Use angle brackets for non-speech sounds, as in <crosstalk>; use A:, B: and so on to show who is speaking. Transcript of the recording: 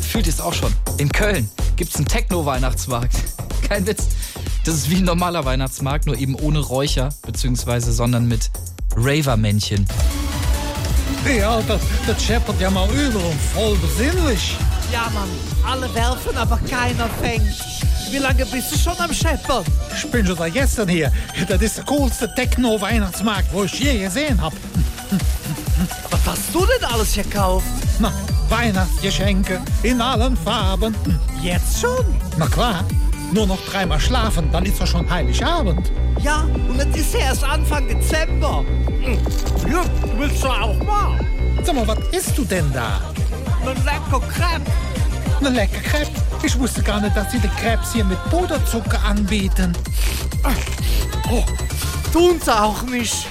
A: fühlt es auch schon. In Köln gibt es einen Techno-Weihnachtsmarkt. <laughs> Kein Witz. Das ist wie ein normaler Weihnachtsmarkt, nur eben ohne Räucher, beziehungsweise sondern mit Raver-Männchen.
B: Ja, das, das scheppert ja mal über und voll besinnlich.
C: Ja, Mann, alle werfen, aber keiner fängt. Wie lange bist du schon am Scheppern?
B: Ich bin schon seit gestern hier. Das ist der coolste Techno-Weihnachtsmarkt, wo ich je gesehen habe.
C: Was hast du denn alles gekauft?
B: Na, Weihnachtsgeschenke in allen Farben. Hm,
C: Jetzt schon?
B: Na klar, nur noch dreimal schlafen, dann ist doch schon Heiligabend.
C: Ja, und es ist ja erst Anfang Dezember. Hm, Ja, willst du auch mal?
B: Sag mal, was isst du denn da?
C: Eine lecker Crepe.
B: Eine lecker Crepe? Ich wusste gar nicht, dass sie die Crepes hier mit Puderzucker anbieten.
C: Tun's auch nicht.